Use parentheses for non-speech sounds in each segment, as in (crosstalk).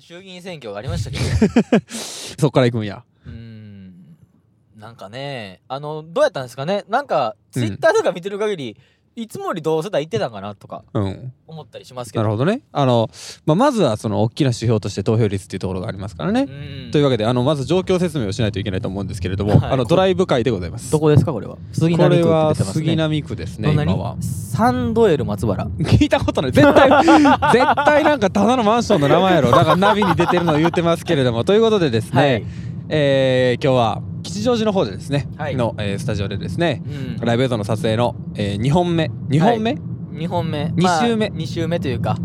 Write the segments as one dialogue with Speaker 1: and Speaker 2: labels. Speaker 1: 衆議院選挙がありましたけど、
Speaker 2: (laughs) そっから行くんや。
Speaker 1: うーん、なんかね、あの、どうやったんですかね、なんか、ツイッターとか見てる限り、いつもより同世代行ってたんかなとか
Speaker 2: うん。
Speaker 1: 思ったりしますけ
Speaker 2: な
Speaker 1: ど。
Speaker 2: るほどね。あの、まあ、まずはその大きな指標として投票率っていうところがありますからね。
Speaker 1: うん
Speaker 2: というわけで、あの、まず状況説明をしないといけないと思うんですけれども、
Speaker 1: はい
Speaker 2: あの、ドライブ会でございます。
Speaker 1: どこですか、これは。杉
Speaker 2: こ
Speaker 1: 並
Speaker 2: れ
Speaker 1: 区って出
Speaker 2: は
Speaker 1: てます
Speaker 2: 杉
Speaker 1: ね。
Speaker 2: 並区ですね、
Speaker 1: どんな
Speaker 2: 今
Speaker 1: に
Speaker 2: は。
Speaker 1: サンドエル松原。
Speaker 2: 聞いたことない。
Speaker 1: (laughs)
Speaker 2: 絶対、絶対なんかただのマンションの名前やろ。だからナビに出てるのを言ってますけれども。ということでですね、
Speaker 1: はい。
Speaker 2: えー今日は吉祥寺の方でですね、
Speaker 1: はい
Speaker 2: の、えースタジオでですね、
Speaker 1: うん
Speaker 2: ライブ映像の撮影の、え2本目、2本目、
Speaker 1: 2本目
Speaker 2: 二週目
Speaker 1: 2週目というか、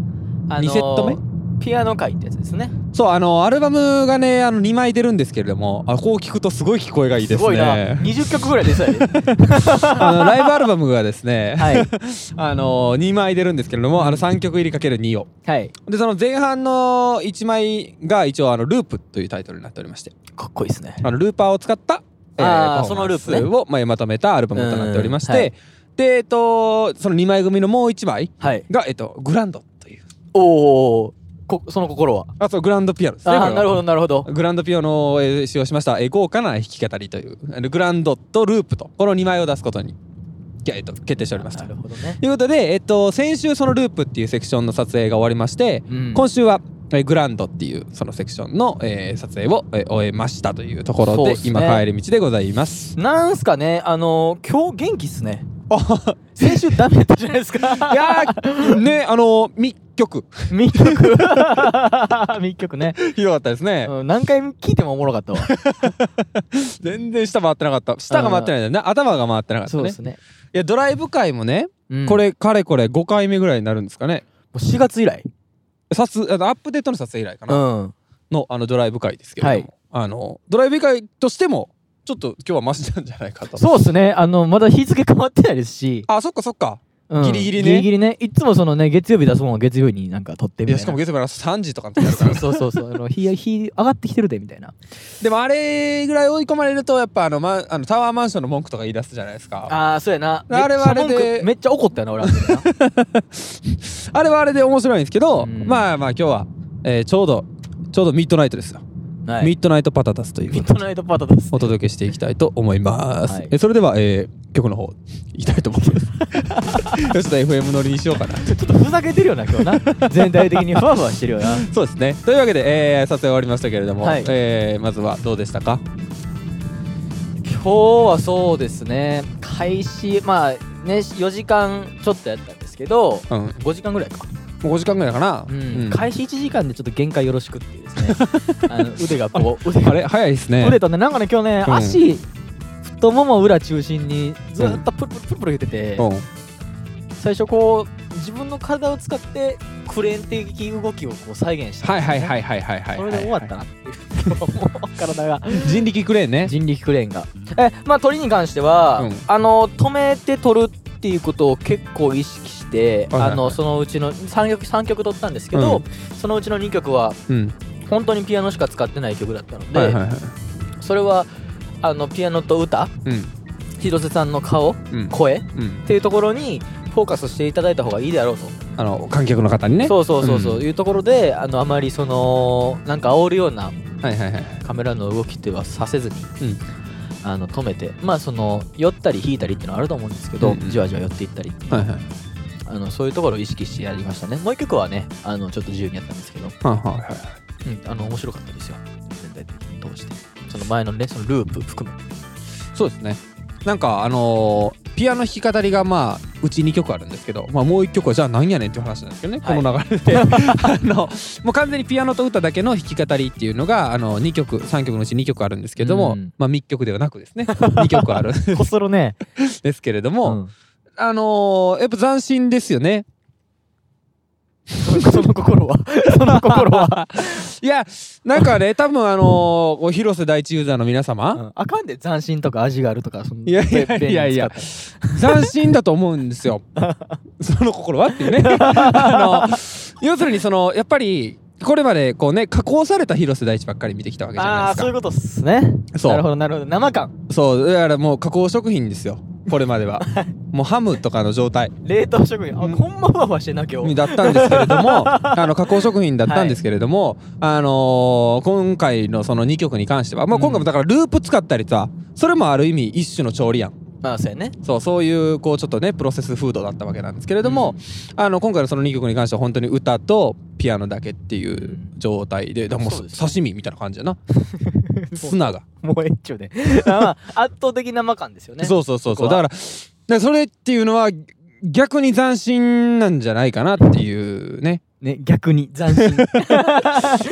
Speaker 1: あ
Speaker 2: 二セット目
Speaker 1: ピアノ会ってやつですね
Speaker 2: そう、あの、アルバムがね、あの2枚出るんですけれども、あこう聞くとすごい聞こえがいいですね。
Speaker 1: ごいな20曲ぐらい出てたよね
Speaker 2: (laughs) あのライブアルバムがですね、
Speaker 1: はい
Speaker 2: あの2枚出るんですけれども、あの3曲入りかける2を。
Speaker 1: はい
Speaker 2: で、その前半の1枚が一応、あの、ループというタイトルになっておりまして、
Speaker 1: かっこいいですね
Speaker 2: あのルーパーを使った、
Speaker 1: あー
Speaker 2: パフォマンス
Speaker 1: そのループ
Speaker 2: を、まあ、まとめたアルバムとなっておりまして、
Speaker 1: うんはい
Speaker 2: で、えっと、その2枚組のもう1枚
Speaker 1: はい
Speaker 2: が、えっと、グランドという、
Speaker 1: おおこその心は
Speaker 2: あ、そう、グランドピアノですね。こ
Speaker 1: ああ
Speaker 2: れは
Speaker 1: なるほどなるほど
Speaker 2: グランドピアノをえー使用しました、えー豪華な弾き語りというあのグランドとループとこの2枚を出すことに、きゃえっと、決定しておりますと
Speaker 1: なるほどね
Speaker 2: ということで、えっと、先週そのループっていうセクションの撮影が終わりまして、
Speaker 1: うん
Speaker 2: 今週は、えーグランドっていうそのセクションの、えー撮影を、えー終えましたというところ
Speaker 1: そう
Speaker 2: で
Speaker 1: っすね
Speaker 2: 今帰り道でございます。
Speaker 1: なんすかねあのー今日元気っすね
Speaker 2: あ
Speaker 1: 先週ダメだったじゃないですか
Speaker 2: (laughs) いやーねあのー密曲 (laughs)
Speaker 1: 密曲 (laughs) 密曲ね、
Speaker 2: ひどかったですね、
Speaker 1: うん、何回聞いてもおもろかったわ
Speaker 2: 全然下回ってなかった下が回ってないんだよね頭が回ってなかっ
Speaker 1: (laughs)
Speaker 2: た
Speaker 1: そう
Speaker 2: ね
Speaker 1: ですね、
Speaker 2: いやドライブ会もね、
Speaker 1: うん
Speaker 2: こ
Speaker 1: も
Speaker 2: れかれこれ5回目ぐらいになるんですかね
Speaker 1: う4月以来
Speaker 2: 撮あのアップデートの撮影以来か
Speaker 1: う
Speaker 2: な、
Speaker 1: ん
Speaker 2: のあのドライブ会ですけれども、あのドライブ会としてもちょっと今日はマシなんじゃないかと
Speaker 1: そうっすねあのまだ日付変わってないですし
Speaker 2: あそっかそっか
Speaker 1: うん
Speaker 2: ギリギリね
Speaker 1: ギリギリねいつもそのね月曜日出すもんは月曜日になんか撮ってみ
Speaker 2: い
Speaker 1: たいな
Speaker 2: やしかも月曜日の朝3時とかの時
Speaker 1: (laughs)
Speaker 2: あるから
Speaker 1: そうそうそうそうあの日日上がってきてるでみたいな
Speaker 2: でもあれぐらい追い込まれるとやっぱあの,、ま、あのタワーマンションの文句とか言い出すじゃないですかあ
Speaker 1: ああそうやな
Speaker 2: あれはあれで
Speaker 1: めっちゃ文句めっちゃ怒ったよな俺あの時な (laughs)
Speaker 2: れはあれで面白いんですけど、
Speaker 1: うん
Speaker 2: まあまあ今日は、えーちょうどちょうどミッドナイトですよ、
Speaker 1: はい
Speaker 2: ミッドナイトパタタスという
Speaker 1: ミッドナイトパタタです
Speaker 2: お届けしていきたいと思います。
Speaker 1: はい
Speaker 2: えそれでは、えー曲の方いきたいと思いま
Speaker 1: (laughs)
Speaker 2: す。ちょっと FM 乗りにしようかな。
Speaker 1: ちょっとふざけてるよな今日 (laughs) な全体的にふわふわしてるよな
Speaker 2: そうですね。というわけで、えー撮影終わりましたけれども、
Speaker 1: はい
Speaker 2: えーまずはどうでしたか
Speaker 1: 今日はそうですね開始まあね4時間ちょっとやったんですけど
Speaker 2: うん。もう
Speaker 1: 5時間ぐらいか、
Speaker 2: 5時間ぐらいかな。
Speaker 1: うん
Speaker 2: うん
Speaker 1: 開始1時間でちょっと限界よろしくっていうです (laughs) ねあの腕がこう腕が
Speaker 2: あれ早いです
Speaker 1: 取れ
Speaker 2: ね。
Speaker 1: たねなんかね今日ね、
Speaker 2: うん
Speaker 1: 足太もも裏中心にずっとプルプルプルプル言ってて、
Speaker 2: うん。
Speaker 1: 最初こう自分の体を使ってクレーン的動きをこう再現して、
Speaker 2: はいはい
Speaker 1: い
Speaker 2: はいはいはいはい。
Speaker 1: それで終わったなっていう、 (laughs) もう体が
Speaker 2: 人力クレーンね。
Speaker 1: 人力クレーンがえまあ鳥に関しては、
Speaker 2: うん
Speaker 1: あの止めて取るっていうことを結構意識して、
Speaker 2: はいはいはい
Speaker 1: あのそのうちの3曲三曲取ったんですけど、
Speaker 2: うん
Speaker 1: そのうちの2曲は
Speaker 2: うん。
Speaker 1: 本当にピアノしか使ってない曲だったので、
Speaker 2: はいはいはい。
Speaker 1: それはあのピアノと歌
Speaker 2: うん。
Speaker 1: 広瀬さんの顔
Speaker 2: うん。
Speaker 1: 声っ
Speaker 2: うん。
Speaker 1: ていうところにフォーカスしていただいた方がいいだろうと、
Speaker 2: あの、観客の方にね。
Speaker 1: そうそうそうそう、
Speaker 2: うん
Speaker 1: いうところであのあまりそのなんか煽るような
Speaker 2: はいはいはい。
Speaker 1: カメラの動きっていうのはさせずに、
Speaker 2: うん
Speaker 1: あの止めてまあその寄ったり引いたりっていうのはあると思うんですけど、
Speaker 2: うんうん
Speaker 1: じわじわ寄っていったりっていう、
Speaker 2: はいはい。
Speaker 1: あのそういうところを意識してやりましたねもう一曲はねあのちょっと自由にやったんですけど、
Speaker 2: はいはいはい。
Speaker 1: うん、あの面白かったですよ全体的に通してその前のねそのループ含め
Speaker 2: そうですねなんかあのーピアノ弾き語りがまあうち2曲あるんですけど、まあ、もう1曲はじゃあなんやねんっていう話なんですけどね、
Speaker 1: はい
Speaker 2: この流れで (laughs) あのもう完全にピアノと歌だけの弾き語りっていうのがあの2曲3曲のうち2曲あるんですけども、
Speaker 1: うん
Speaker 2: まあ密曲ではなくですね2 (laughs) 曲あるん
Speaker 1: (laughs) こそろね、
Speaker 2: ですけれど
Speaker 1: う
Speaker 2: も、
Speaker 1: ん、
Speaker 2: あのーやっぱ斬新ですよね
Speaker 1: その (laughs) その心はその心は、
Speaker 2: いやなんかね多分あのー広瀬大地ユーザーの
Speaker 1: (laughs)
Speaker 2: 皆
Speaker 1: う
Speaker 2: 様、
Speaker 1: ん、あかんで斬新とか味があるとかその
Speaker 2: いやいやいやいや
Speaker 1: 便利に使っ
Speaker 2: 斬新だと思うんで
Speaker 1: (laughs)
Speaker 2: すよその心はっていうね (laughs) あの要するにそのやっぱりこれまでこうね加工された広瀬大地ばっかり見てきたわけじ
Speaker 1: たらああ
Speaker 2: ゃ
Speaker 1: ー
Speaker 2: な
Speaker 1: そうい
Speaker 2: いう
Speaker 1: ことっすね
Speaker 2: ですか
Speaker 1: なるほ
Speaker 2: そ
Speaker 1: ど
Speaker 2: う
Speaker 1: なるほど生感
Speaker 2: そうだからもう加工食品ですよこれ
Speaker 1: (laughs)
Speaker 2: まではもうハムとかの状態
Speaker 1: 冷凍食品あ、
Speaker 2: うん
Speaker 1: ほんまふわふわしてんな今日
Speaker 2: だったんですけれど
Speaker 1: (laughs)
Speaker 2: もあの加工食品だったんですけれども、あのー今回のその2曲に関しては、まあ、今回もだからループ使ったりさそれもある意味一種の調理やん
Speaker 1: まあそうやね
Speaker 2: そうそういうこうちょっとねプロセスフードだったわけなんですけれども、あの今回のその2曲に関しては本当に歌とピアノだけっていう状態でだからも
Speaker 1: そう
Speaker 2: う
Speaker 1: です
Speaker 2: 刺身みたいな感じ
Speaker 1: (laughs)
Speaker 2: やな砂が、
Speaker 1: (laughs) もうええっちゅうね (laughs) まあ圧倒的生感ですよね
Speaker 2: そうそうそうそ
Speaker 1: ここ
Speaker 2: うだ
Speaker 1: は
Speaker 2: からだからそれっていうのは逆に斬新なんじゃないかなってい
Speaker 1: (laughs)
Speaker 2: うね
Speaker 1: ね逆に斬
Speaker 2: (laughs)
Speaker 1: 新
Speaker 2: い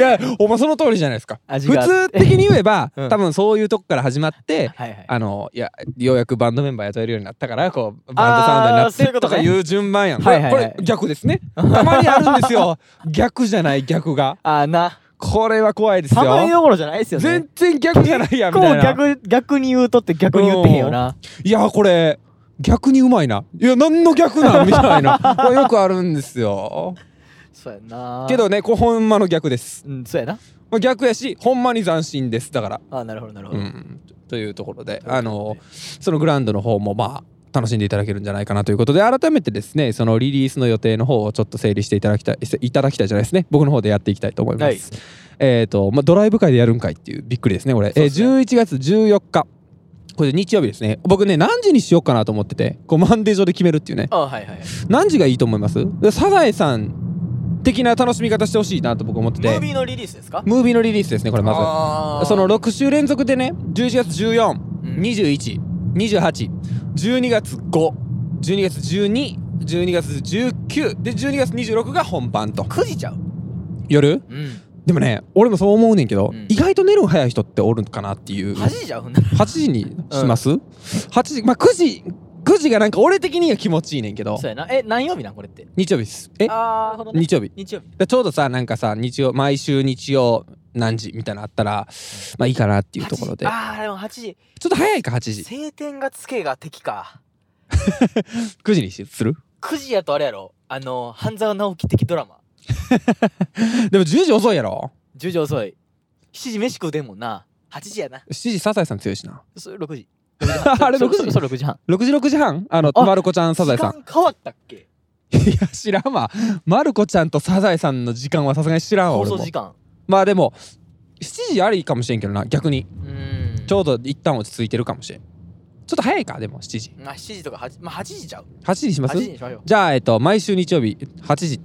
Speaker 2: やお前その通りじゃないですか普
Speaker 1: 味が
Speaker 2: 通的に言えば、
Speaker 1: (laughs) うん
Speaker 2: 多分そういうとこから始
Speaker 1: (laughs)
Speaker 2: まって
Speaker 1: はいはい
Speaker 2: あのいやようやくバンドメンバー雇えるようになったからこうバンドサウンドになっ
Speaker 1: そういう
Speaker 2: て
Speaker 1: こととね
Speaker 2: かいう順番やんこ
Speaker 1: はい
Speaker 2: れ
Speaker 1: はい
Speaker 2: こ
Speaker 1: はい
Speaker 2: れ逆ですねたまにあるんですよ逆じゃない逆が
Speaker 1: あーな
Speaker 2: これは怖いです
Speaker 1: たまに
Speaker 2: よ
Speaker 1: どころじゃないですよね
Speaker 2: 全然逆じゃないやみたい
Speaker 1: こう
Speaker 2: な
Speaker 1: 逆逆に言うとって逆に言ってへんよな、
Speaker 2: いやこれ逆にうまいないや何の逆なんみたいなこれよくあるんですよ
Speaker 1: そうやんな
Speaker 2: けどねこれほんまの逆です
Speaker 1: うんそうやな
Speaker 2: まあ逆やしほんまに斬新ですだから
Speaker 1: あーなるほどなるほ
Speaker 2: う
Speaker 1: ど、
Speaker 2: ん、というところで、
Speaker 1: ということで
Speaker 2: あのそのグラウンドの方もまあ楽しんでいただけるんじゃないかなということで改めてですねそのリリースの予定の方をちょっと整理していただきたいいただきたいじゃないですね僕の方でやっていきたいと思います、
Speaker 1: はい
Speaker 2: えっ、と、まあ、ドライブ会でやるんかいっていうびっくりですねこれ
Speaker 1: そう
Speaker 2: え
Speaker 1: で
Speaker 2: ー
Speaker 1: すね
Speaker 2: 11月14日これで日曜日ですね僕ね何時にしようかなと思っててこうマンデー上で決めるっていうね
Speaker 1: あーはいはいはい
Speaker 2: 何時がいいと思いますでサザエさん的な楽しみ方してほしいなと僕思って
Speaker 1: ム
Speaker 2: て
Speaker 1: ービーのリリースですか
Speaker 2: ムービーのリリースですねこれまず
Speaker 1: ま
Speaker 2: その6週連続でね11月
Speaker 1: ん
Speaker 2: 14212812月512月1212月19で12月26が本番と
Speaker 1: 9時ちゃう
Speaker 2: 夜
Speaker 1: うん
Speaker 2: でもね俺もそう思うねんけど、
Speaker 1: うん
Speaker 2: 意外と寝るの早い人っておるんかなっていう
Speaker 1: 8時ちゃうほんなら
Speaker 2: 8時にします、?8 時まあ9時9時がなんか俺的には気持ちいいねんけど
Speaker 1: そうやなえ何曜日なんこれって
Speaker 2: 日曜日ですえ
Speaker 1: ああほどね
Speaker 2: 日曜日
Speaker 1: 日曜日
Speaker 2: でちょうどさなんかさ日曜毎週日曜何時みたいなのあったらまあいいかなっていうところでちょ
Speaker 1: ああでも8時
Speaker 2: っと早いか8時
Speaker 1: 晴天がつけが敵か
Speaker 2: 9時にしする
Speaker 1: 9時やとあれやろあの半沢直樹的ドラマ
Speaker 2: でも10時遅いやろ
Speaker 1: 10時遅い7時飯食うてんもんな8時やな
Speaker 2: 7時サザエさん強い
Speaker 1: (laughs)
Speaker 2: しな
Speaker 1: そ6時
Speaker 2: あれ6時
Speaker 1: そそそ6時半
Speaker 2: 6時6時半あの
Speaker 1: あ
Speaker 2: まる子ちゃんサザエさ
Speaker 1: 時
Speaker 2: ん
Speaker 1: 間変わったっけ
Speaker 2: いや (laughs) 知らんわまる子ちゃんとサザエさんの時間はさすがに知らんわ
Speaker 1: 放
Speaker 2: 俺
Speaker 1: 送
Speaker 2: も
Speaker 1: 時間
Speaker 2: まあでも7時ありかもしれんけどな逆に
Speaker 1: うーん
Speaker 2: ちょうど一旦落ち着いてるかもしれんちょっと早いかでも7時
Speaker 1: まあ7時とか8まあ8時ちゃう
Speaker 2: 8時にしま
Speaker 1: 8
Speaker 2: す
Speaker 1: 時にしましょう
Speaker 2: じゃあえっと毎週日曜日8時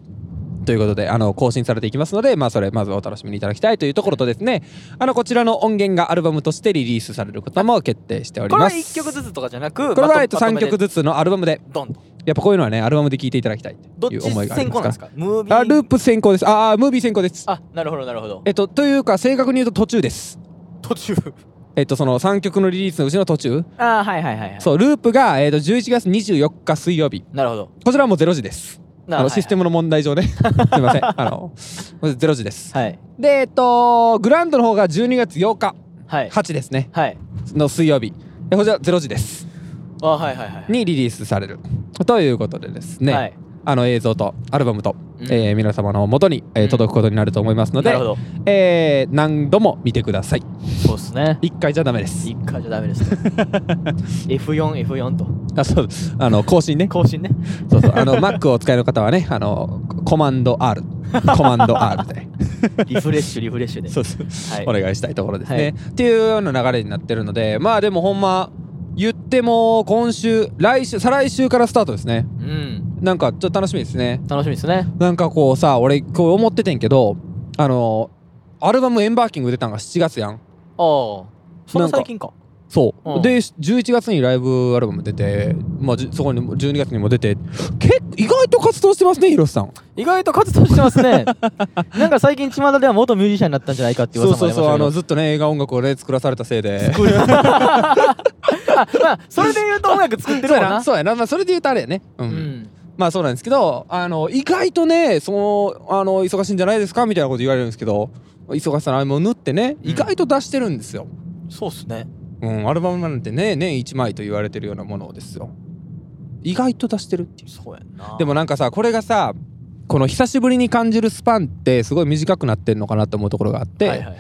Speaker 2: ということであの更新されていきますのでまあそれまずお楽しみにいただきたいというところとですねあのこちらの音源がアルバムとしてリリースされることも決定しており
Speaker 1: これ
Speaker 2: ま
Speaker 1: は
Speaker 2: す
Speaker 1: 1曲ずつとかじゃなく
Speaker 2: これ
Speaker 1: まと
Speaker 2: はえっ
Speaker 1: ま
Speaker 2: と
Speaker 1: とめ
Speaker 2: 3
Speaker 1: て
Speaker 2: 曲ずつのアルバムで
Speaker 1: ドンと
Speaker 2: やっぱこういうのはねアルバムで聴いていただきたい
Speaker 1: どっ
Speaker 2: っ
Speaker 1: てち
Speaker 2: いう思いがあり
Speaker 1: 先行なん
Speaker 2: ますか
Speaker 1: ですかムービ
Speaker 2: ら
Speaker 1: ー
Speaker 2: あループ先行ですああムービー先行です
Speaker 1: あなるほどなるほど
Speaker 2: えっとというか正確に言うと途中です
Speaker 1: 途中
Speaker 2: えっとその3曲のリリースのうちの途中
Speaker 1: あーはいはいはいはい
Speaker 2: そうループがえっと11月24日水曜日
Speaker 1: なるほど
Speaker 2: こちらはもう0時です
Speaker 1: な
Speaker 2: あのシステムの問
Speaker 1: (laughs)
Speaker 2: 題上ねすいませんあの0時です
Speaker 1: はい
Speaker 2: でえっとグランドの方が12月8日
Speaker 1: はい
Speaker 2: 8ですね
Speaker 1: はい
Speaker 2: の水曜日えこちら0時です
Speaker 1: あはいはいはい
Speaker 2: にリリースされるということでですね、
Speaker 1: はい
Speaker 2: あの映像とアルバムと、
Speaker 1: うん
Speaker 2: えー皆様の元に、えー
Speaker 1: うん
Speaker 2: 届くことになると思いますので、
Speaker 1: なるほど
Speaker 2: えー何度も見てください
Speaker 1: そうっすね
Speaker 2: 一回じゃダメです
Speaker 1: 一回じゃダメです
Speaker 2: (laughs)
Speaker 1: ね F4F4 と
Speaker 2: あそうあの更新ね
Speaker 1: 更新ね
Speaker 2: そうそうあの Mac をお使いの方はねあのコマンド
Speaker 1: (laughs)
Speaker 2: R コマンド R で
Speaker 1: リフレッシュリフレッシュで
Speaker 2: そうそう、
Speaker 1: はい
Speaker 2: お願いしたいところですね、
Speaker 1: はい
Speaker 2: っていうような流れになってるのでまあでもほんま言っても今週来週再来週からスタートですね
Speaker 1: うん
Speaker 2: なんかちょっと楽しみですね
Speaker 1: 楽しみですね
Speaker 2: なんかこうさ俺今日思っててんけどあのアルバム「エンバーキング」出たんが7月やん
Speaker 1: おおそんな最近か
Speaker 2: そう、
Speaker 1: うん
Speaker 2: で11月にライブアルバム出て、まあ、じゅそこにも12月にも出て結構意外と活動してますね広瀬さん
Speaker 1: 意外と活動してますね (laughs) なんか最近巷では元ミュージシャンになったんじゃないかっていう
Speaker 2: そう
Speaker 1: 噂も
Speaker 2: そ
Speaker 1: あ
Speaker 2: う
Speaker 1: りましたけど
Speaker 2: そうあのずっとね映画音楽をね作らされたせいで
Speaker 1: あま
Speaker 2: (laughs)
Speaker 1: あそれで言うと音楽作ってる
Speaker 2: そう
Speaker 1: もん
Speaker 2: やな
Speaker 1: な
Speaker 2: そうやな、まあ、それで言うとあれやね、う
Speaker 1: うんん
Speaker 2: まあそうなんですけどあの意外とねそのあの忙しいんじゃないですかみたいなこと言われるんですけど忙しさの合間を縫ってね
Speaker 1: うん
Speaker 2: 意外と出してるんですよ、
Speaker 1: そうっすね
Speaker 2: うんアルバムなんてね年1枚と言われてるようなものをですよ意外と出してるっていう
Speaker 1: そうやんな
Speaker 2: でもなんかさこれがさこの久しぶりに感じるスパンってすごい短くなってんのかなと思うところがあって、
Speaker 1: はいはいはい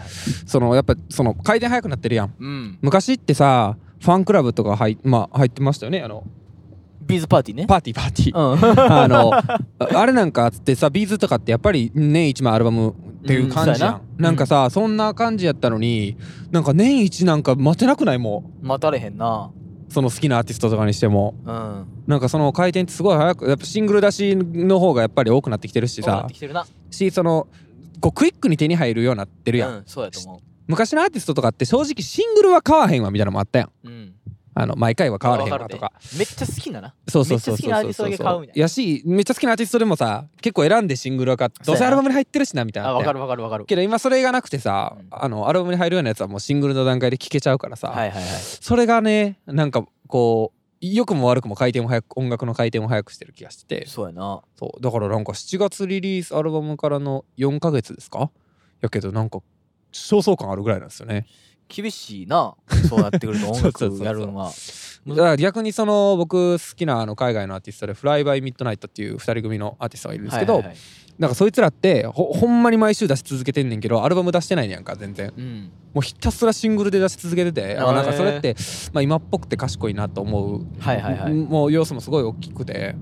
Speaker 2: そのやっぱその回転速くなってるやん
Speaker 1: うん
Speaker 2: 昔ってさファンクラブとか入,、まあ、入ってましたよねあの
Speaker 1: ビーズパーティーね
Speaker 2: パーティーパーティー、
Speaker 1: うん
Speaker 2: あのあれなんかつってさビーズとかってやっぱり年一枚アルバムっていう感じ
Speaker 1: う
Speaker 2: やん、
Speaker 1: んそうやな
Speaker 2: なんかさ、そんな感じやったのになんか年一なんか待てなくないも
Speaker 1: 待たれへんな
Speaker 2: うその好きなアーティストとかにしても
Speaker 1: うん
Speaker 2: なんかその回転ってすごい早くやっぱシングル出しの方がやっぱり多くなってきてるし
Speaker 1: そうなっ
Speaker 2: さ
Speaker 1: てきてるな
Speaker 2: しそのこうクイックに手に入るようになってるやん、
Speaker 1: うんそうやと思
Speaker 2: 昔のアーティストとかって正直シングルは買わへんわみたいなのもあったやん
Speaker 1: ううん
Speaker 2: あの毎回は買われへんわ
Speaker 1: わか
Speaker 2: と
Speaker 1: るで
Speaker 2: か
Speaker 1: めっちゃ好きなな
Speaker 2: そうそうそう
Speaker 1: めっちゃ好
Speaker 2: そ
Speaker 1: き
Speaker 2: う
Speaker 1: なアー
Speaker 2: そ
Speaker 1: テ
Speaker 2: う
Speaker 1: ィストだ
Speaker 2: そう
Speaker 1: け買うみたいな
Speaker 2: やしめっちゃ好きなアーティストでもさ結構選んでシングルは買ってどう
Speaker 1: そう
Speaker 2: せ
Speaker 1: やな
Speaker 2: アルバムに入ってるしなみたいな
Speaker 1: あわかるわかるわかる
Speaker 2: けど今それがなくてさ、
Speaker 1: うん
Speaker 2: あのアルバムに入るようなやつはもうシングルの段階で聴けちゃうからさ、
Speaker 1: はいはいはい
Speaker 2: それがねなんかこう良くも悪くも回転も早く音楽の回転も早くしてる気がしてて
Speaker 1: そうやな
Speaker 2: そうだからなんか7月リリースアルバムからの4ヶ月ですかやけどなんか焦燥感あるぐらいなんですよね
Speaker 1: 厳しいなそうなってくると音楽
Speaker 2: そうそうそうそう
Speaker 1: やるのは
Speaker 2: だから逆にその僕好きなあの海外のアーティストで「フライバイミッドナイトっていう2人組のアーティストがいるんですけど、
Speaker 1: はいはいはい
Speaker 2: なんかそいつらってほほんまに毎週出し続けてんねんけどアルバム出してないねやんか全然
Speaker 1: うん
Speaker 2: もうひたすらシングルで出し続けてて
Speaker 1: あー
Speaker 2: あなんかそれって、まあ、今っぽくて賢いなと思う、
Speaker 1: はいはいはい
Speaker 2: もう要素もすごい大きくて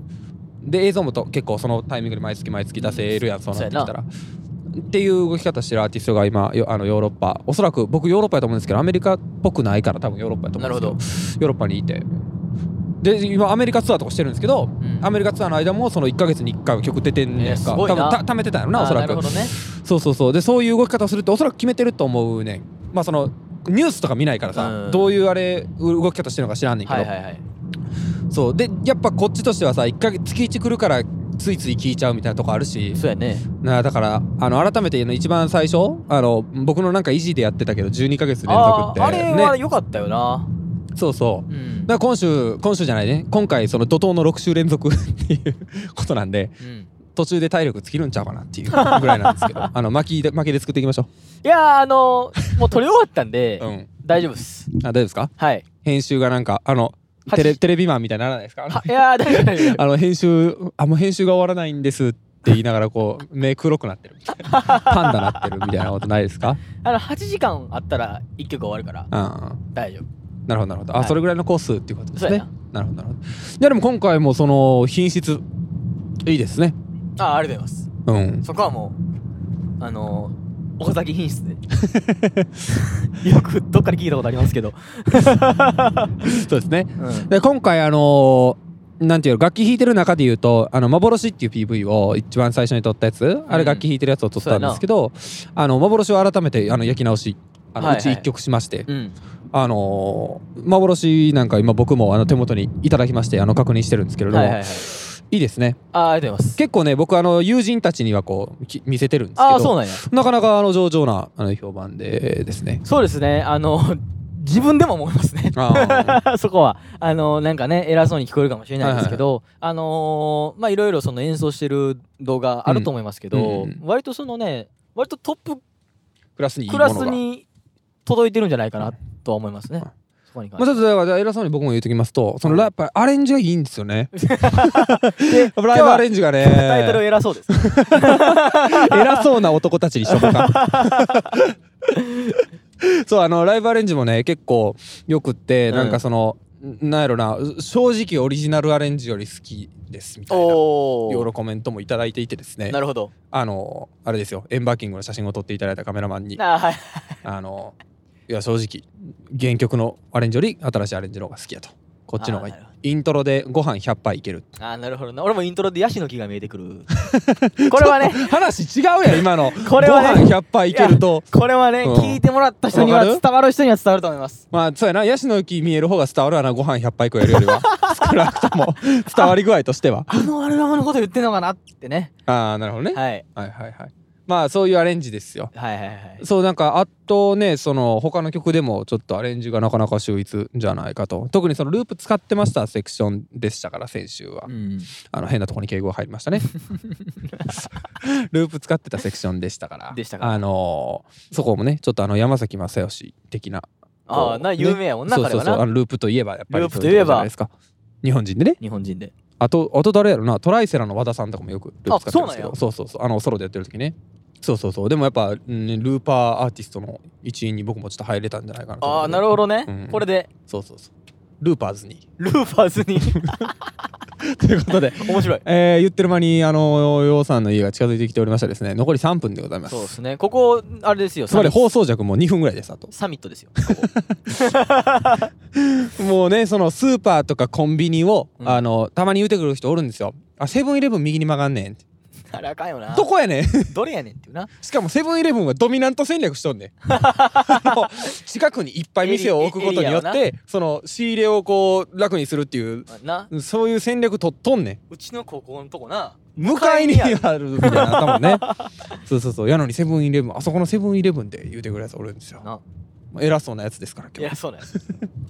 Speaker 2: で映像もと結構そのタイミングで毎月毎月出せるやんそうなってきたら。っていう動き方してるアーティストが今よあのヨーロッパおそらく僕ヨーロッパやと思うんですけどアメリカっぽくないから多分ヨーロッパやと思
Speaker 1: な
Speaker 2: うん
Speaker 1: る
Speaker 2: で
Speaker 1: ほ
Speaker 2: すけ
Speaker 1: ど
Speaker 2: どヨーロッパにいてで今アメリカツアーとかしてるんですけど
Speaker 1: うん
Speaker 2: アメリカツアーの間もその1か月に1回は曲出てんねん
Speaker 1: えーす
Speaker 2: か、
Speaker 1: ごい
Speaker 2: 多
Speaker 1: な
Speaker 2: 分た貯めてたんやろなおそ
Speaker 1: あ
Speaker 2: ら
Speaker 1: なるほ
Speaker 2: く
Speaker 1: どね
Speaker 2: そうそうそうでそういう動き方をするっておそらく決めてると思うねんまあそのニュースとか見ないからさ、
Speaker 1: うん
Speaker 2: どういうあれ動き方してるのか知らんねんけど、
Speaker 1: はいはいはい
Speaker 2: そうでやっぱこっちとしてはさ1か月月1来るからついつい聞いちゃうみたいなとこあるし
Speaker 1: そうやね
Speaker 2: なあだからあの改めてあの一番最初あの僕のなんか維持でやってたけど12か月連続
Speaker 1: あ
Speaker 2: って
Speaker 1: ーあれは
Speaker 2: ね、
Speaker 1: 良かったよな
Speaker 2: そうそう
Speaker 1: うん
Speaker 2: だから今週今週じゃないね今回その怒涛の6週連続 (laughs) っていうことなんで
Speaker 1: うん
Speaker 2: 途中で体力尽きるんちゃうかなっていう (laughs) ぐらいなんですけどあの巻きで巻きで作っていきましょ
Speaker 1: いやーあのーもう撮り終わったんで
Speaker 2: (laughs) う、うん、
Speaker 1: 大丈夫っす
Speaker 2: あ大丈夫ですか
Speaker 1: はい (laughs)
Speaker 2: 編集がなんかあの
Speaker 1: は
Speaker 2: テレ
Speaker 1: ち
Speaker 2: テレビマンみたいにならないですかあの
Speaker 1: あいやー大丈夫大丈夫
Speaker 2: あの編集あもう編集が終わらないんですって言いながらこう目黒くなってるみたい
Speaker 1: (laughs)
Speaker 2: なパンダなってるみたいなことないですか
Speaker 1: あの8時間あったら1曲終わるから
Speaker 2: うんうん
Speaker 1: 大丈夫
Speaker 2: なるほどなるほどあ、
Speaker 1: はい
Speaker 2: それぐらいのコースっていうことです
Speaker 1: そう
Speaker 2: ね
Speaker 1: やな
Speaker 2: なるほどなるほどいやでも今回もその品質いいですね
Speaker 1: ああありがとうございます (laughs)
Speaker 2: うん
Speaker 1: そこはもうあのー、岡崎品質 (laughs) でよくどっかで聞いたことありますけど、
Speaker 2: そうですね
Speaker 1: うん、
Speaker 2: で今回あのーなんていうの楽器弾いてる中で言うと「あの幻」っていう PV を一番最初に撮ったやつ、あれ楽器弾いてるやつを撮ったんですけどあの幻を改めてあの焼き直しあの、
Speaker 1: はいはいう
Speaker 2: ち一曲しまして、
Speaker 1: うん
Speaker 2: あのー幻なんか今僕もあの手元にいただきましてあの確認してるんですけれども、
Speaker 1: はい
Speaker 2: い
Speaker 1: はい
Speaker 2: い、
Speaker 1: はい
Speaker 2: ですね
Speaker 1: ああありがとうございます
Speaker 2: 結構ね僕あの友人たちにはこうき見せてるんです
Speaker 1: ああ
Speaker 2: け
Speaker 1: そう
Speaker 2: ど
Speaker 1: なんや
Speaker 2: なかなかあの上々なあの評判でですね
Speaker 1: そうですねあの自分でも思いますね (laughs)
Speaker 2: あ
Speaker 1: そこはあのなんかね偉そうに聞こえるかもしれないですけど、あのーまあいろいろその演奏してる動画あると思いますけど、
Speaker 2: うんうん
Speaker 1: 割とそのね割とトップ
Speaker 2: クラスにいい
Speaker 1: ク
Speaker 2: もの
Speaker 1: ラ
Speaker 2: が
Speaker 1: スに届いてるんじゃないかなとは思いますね
Speaker 2: はい。
Speaker 1: そこに関
Speaker 2: まあ、
Speaker 1: し
Speaker 2: ちょっとだから偉そうに僕も言うときますとそのやっぱアレンジがいいんですよね
Speaker 1: てで
Speaker 2: ライブアレンジがね
Speaker 1: 今日は (laughs) タイトル偉そう
Speaker 2: (laughs)
Speaker 1: です。
Speaker 2: 偉そうな男たちにしとこ
Speaker 1: (laughs)
Speaker 2: うかそうあのライブアレンジもね結構よくってなんかその、なんやろな正直オリジナルアレンジより好きですみたいな
Speaker 1: お
Speaker 2: ような
Speaker 1: お。
Speaker 2: コメントもいただいていてですね
Speaker 1: なるほど。
Speaker 2: あのあれですよエンバーキングの写真を撮っていただいたカメラマンに
Speaker 1: あーはい。
Speaker 2: あのいや正直原曲のアレンジより新しいアレンジの方が好きやとこっちの方がいい
Speaker 1: あーなるほ
Speaker 2: イントロでご飯100杯いける
Speaker 1: あーなるほどな。俺もイントロでヤシの木が見えてくる。これはね、
Speaker 2: 話違うやん今の
Speaker 1: (laughs) これはね
Speaker 2: ご飯100杯いけると
Speaker 1: これはね、
Speaker 2: うん
Speaker 1: 聞いてもらった人に
Speaker 2: わ
Speaker 1: は
Speaker 2: かる
Speaker 1: 伝わる人には伝わると思います。
Speaker 2: まあそうやなヤシの木見える方が伝わるわなご飯100杯食えるよ
Speaker 1: (laughs)
Speaker 2: りは少なくとも伝わり具合としては
Speaker 1: あのアルバムのこと言ってんのかなってね。
Speaker 2: ああなるほどね、
Speaker 1: はい
Speaker 2: はい、はいはいまあそういうアレンジですよ
Speaker 1: はいはいはい。
Speaker 2: そうなんかあとねその他の曲でもちょっとアレンジがなかなか秀逸じゃないかと特にそのループ使ってましたセクションでしたから先週は、
Speaker 1: うん。
Speaker 2: あの変なとこに敬語が入りま
Speaker 1: (laughs)
Speaker 2: したねループ使ってたセクションでしたから
Speaker 1: でしたから
Speaker 2: あのーそこもねちょっとあの山崎正義的な
Speaker 1: ああな
Speaker 2: ね
Speaker 1: 有名やもんな
Speaker 2: そう
Speaker 1: 彼
Speaker 2: そう
Speaker 1: は
Speaker 2: そうあ
Speaker 1: な。
Speaker 2: のループといえばやっぱり
Speaker 1: ループといえば
Speaker 2: そううとこじゃないですか日本人でね
Speaker 1: 日本人で。
Speaker 2: あとあと誰やろなトライセラの和田さんとかもよくループ使ってるんですけど
Speaker 1: あ
Speaker 2: そうそうそうあのソロでやってる時ねそうそうそうでもやっぱ、うんねルーパーアーティストの一員に僕もちょっと入れたんじゃないかな
Speaker 1: ああなるほ
Speaker 2: ど
Speaker 1: どね、
Speaker 2: うん
Speaker 1: これで
Speaker 2: そうそうそうルーパーズに (laughs)
Speaker 1: ルーパーズに
Speaker 2: ということで
Speaker 1: 面白い
Speaker 2: えー言ってる間にあのようさんの家が近づいてきておりましたですね残り3分でございます
Speaker 1: そうですねここあれですよ
Speaker 2: つまり
Speaker 1: サミ
Speaker 2: 放送尺も2分ぐらいですあと
Speaker 1: サミットですよ
Speaker 2: もうねそのスーパーとかコンビニを、
Speaker 1: うん
Speaker 2: あのたまに言うてくる人おるんですよあセブンイレブン右に曲がんねんって
Speaker 1: (laughs) あれあかんよな
Speaker 2: どこやねん
Speaker 1: どれやねんっていうな
Speaker 2: しかもセブンイレブンはドミナント戦略し
Speaker 1: (laughs)
Speaker 2: とんねんあの近くにいっぱい店を置くことによっ
Speaker 1: エリ
Speaker 2: てその仕入れをこう楽にするっていう
Speaker 1: な
Speaker 2: そういう戦略取っとんねん
Speaker 1: うちの高校のとこな
Speaker 2: 向かいにあるみたいな頭ねそうそうそうやのにセブンイレブンあそこのセブンイレブンで言うてくるやつおるんですよ
Speaker 1: な
Speaker 2: 偉そうなやつですから今日
Speaker 1: 偉そうなやつ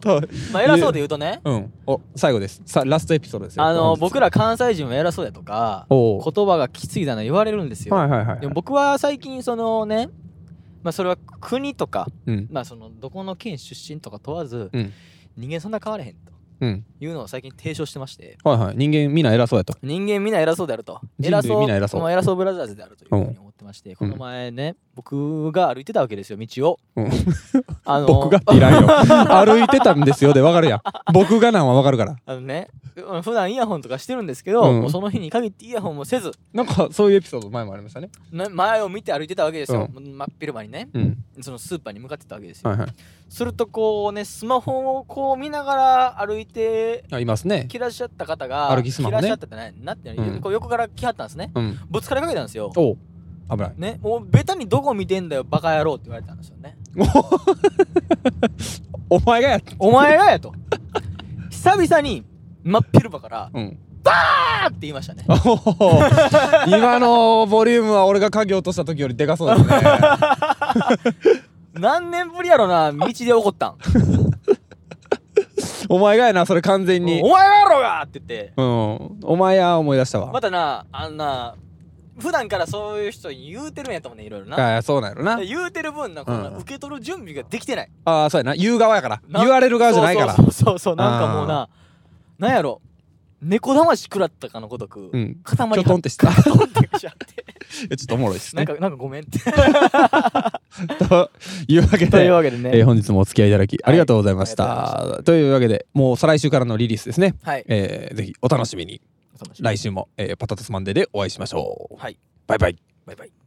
Speaker 2: と
Speaker 1: まあ偉そうで言うとね
Speaker 2: うんお最後ですさラストエピソードですよ
Speaker 1: あの
Speaker 2: 本日
Speaker 1: 僕ら関西人は偉そうやとか
Speaker 2: おう
Speaker 1: 言葉がきついだな言われるんですよ、
Speaker 2: はいはいはい
Speaker 1: でも僕は最近そのねまあそれは国とか
Speaker 2: うん
Speaker 1: まあそのどこの県出身とか問わず、
Speaker 2: うん
Speaker 1: 人間そんな変われへんと
Speaker 2: うん
Speaker 1: いうのを最近提唱してまして
Speaker 2: はいはい人間みんな偉そうやと
Speaker 1: 人間みんな偉そうであると
Speaker 2: 人類みんな偉そう
Speaker 1: この偉そうブラザーズであるというふうに思ってまして、この前ね僕が歩いてたわけですよ道を、
Speaker 2: うん
Speaker 1: (laughs) あの
Speaker 2: 僕がっていらんよ (laughs) 歩いてたんですよでわかるやん僕がなんはわかるから
Speaker 1: あのねうん普段イヤホンとかしてるんですけど、
Speaker 2: うん
Speaker 1: もうその日に限ってイヤホンもせず、
Speaker 2: なんかそういうエピソード前もありましたね
Speaker 1: ね前を見て歩いてたわけですよ、真っ昼間にね
Speaker 2: うん
Speaker 1: そのスーパーに向かってたわけですよ、
Speaker 2: はいはい
Speaker 1: するとこうねスマホをこう見ながら歩いて
Speaker 2: あいますね
Speaker 1: きらっしゃった方が
Speaker 2: 歩きスマホね
Speaker 1: きらっしゃったってないなって、
Speaker 2: うん
Speaker 1: こう横から来はったんですね
Speaker 2: うん
Speaker 1: ぶつかりかけたんですよ
Speaker 2: おう危ない
Speaker 1: ねもうベタにどこ見てんだよバカ野郎って言われたんですよね
Speaker 2: お前がやっ
Speaker 1: お前がやと久々に真っ昼間から
Speaker 2: うん
Speaker 1: あーって言いましたね
Speaker 2: おお今のボリュームは俺が鍵落とした時よりでかそうですね (laughs)
Speaker 1: 何年ぶりやろな道で起こったん
Speaker 2: お前がやなそれ完全に
Speaker 1: お前がやろがって言って
Speaker 2: うんお前や思い出したわ
Speaker 1: またなあんな普段からそういう人に言うてるんやと思うねいろいろな
Speaker 2: ああそうなんやろな
Speaker 1: で言うてる分なんかこの
Speaker 2: うん
Speaker 1: 受け取る準備ができてない
Speaker 2: ああそうやな言う側やから
Speaker 1: な
Speaker 2: 言われる側じゃないから
Speaker 1: そうそうそうそうそうなんかもうななんやろ猫騙し食らったかのごとく、
Speaker 2: うん
Speaker 1: 塊
Speaker 2: ちょ
Speaker 1: が
Speaker 2: とんってした
Speaker 1: ちょとんってしちゃって
Speaker 2: えちょっとお (laughs) もろいです
Speaker 1: な
Speaker 2: ね
Speaker 1: んかなんかごめんって
Speaker 2: というわけ
Speaker 1: という
Speaker 2: で、
Speaker 1: わけでね、
Speaker 2: えー本日もお付き合いいただきありがとうございました、
Speaker 1: あ
Speaker 2: というわけでもう再来週からのリリースですね、
Speaker 1: はい
Speaker 2: えーぜひお楽しみに
Speaker 1: お楽しみに
Speaker 2: 来週も、えーパタタスマンデーでお会いしましょう
Speaker 1: はい
Speaker 2: バイバイ
Speaker 1: バイバイ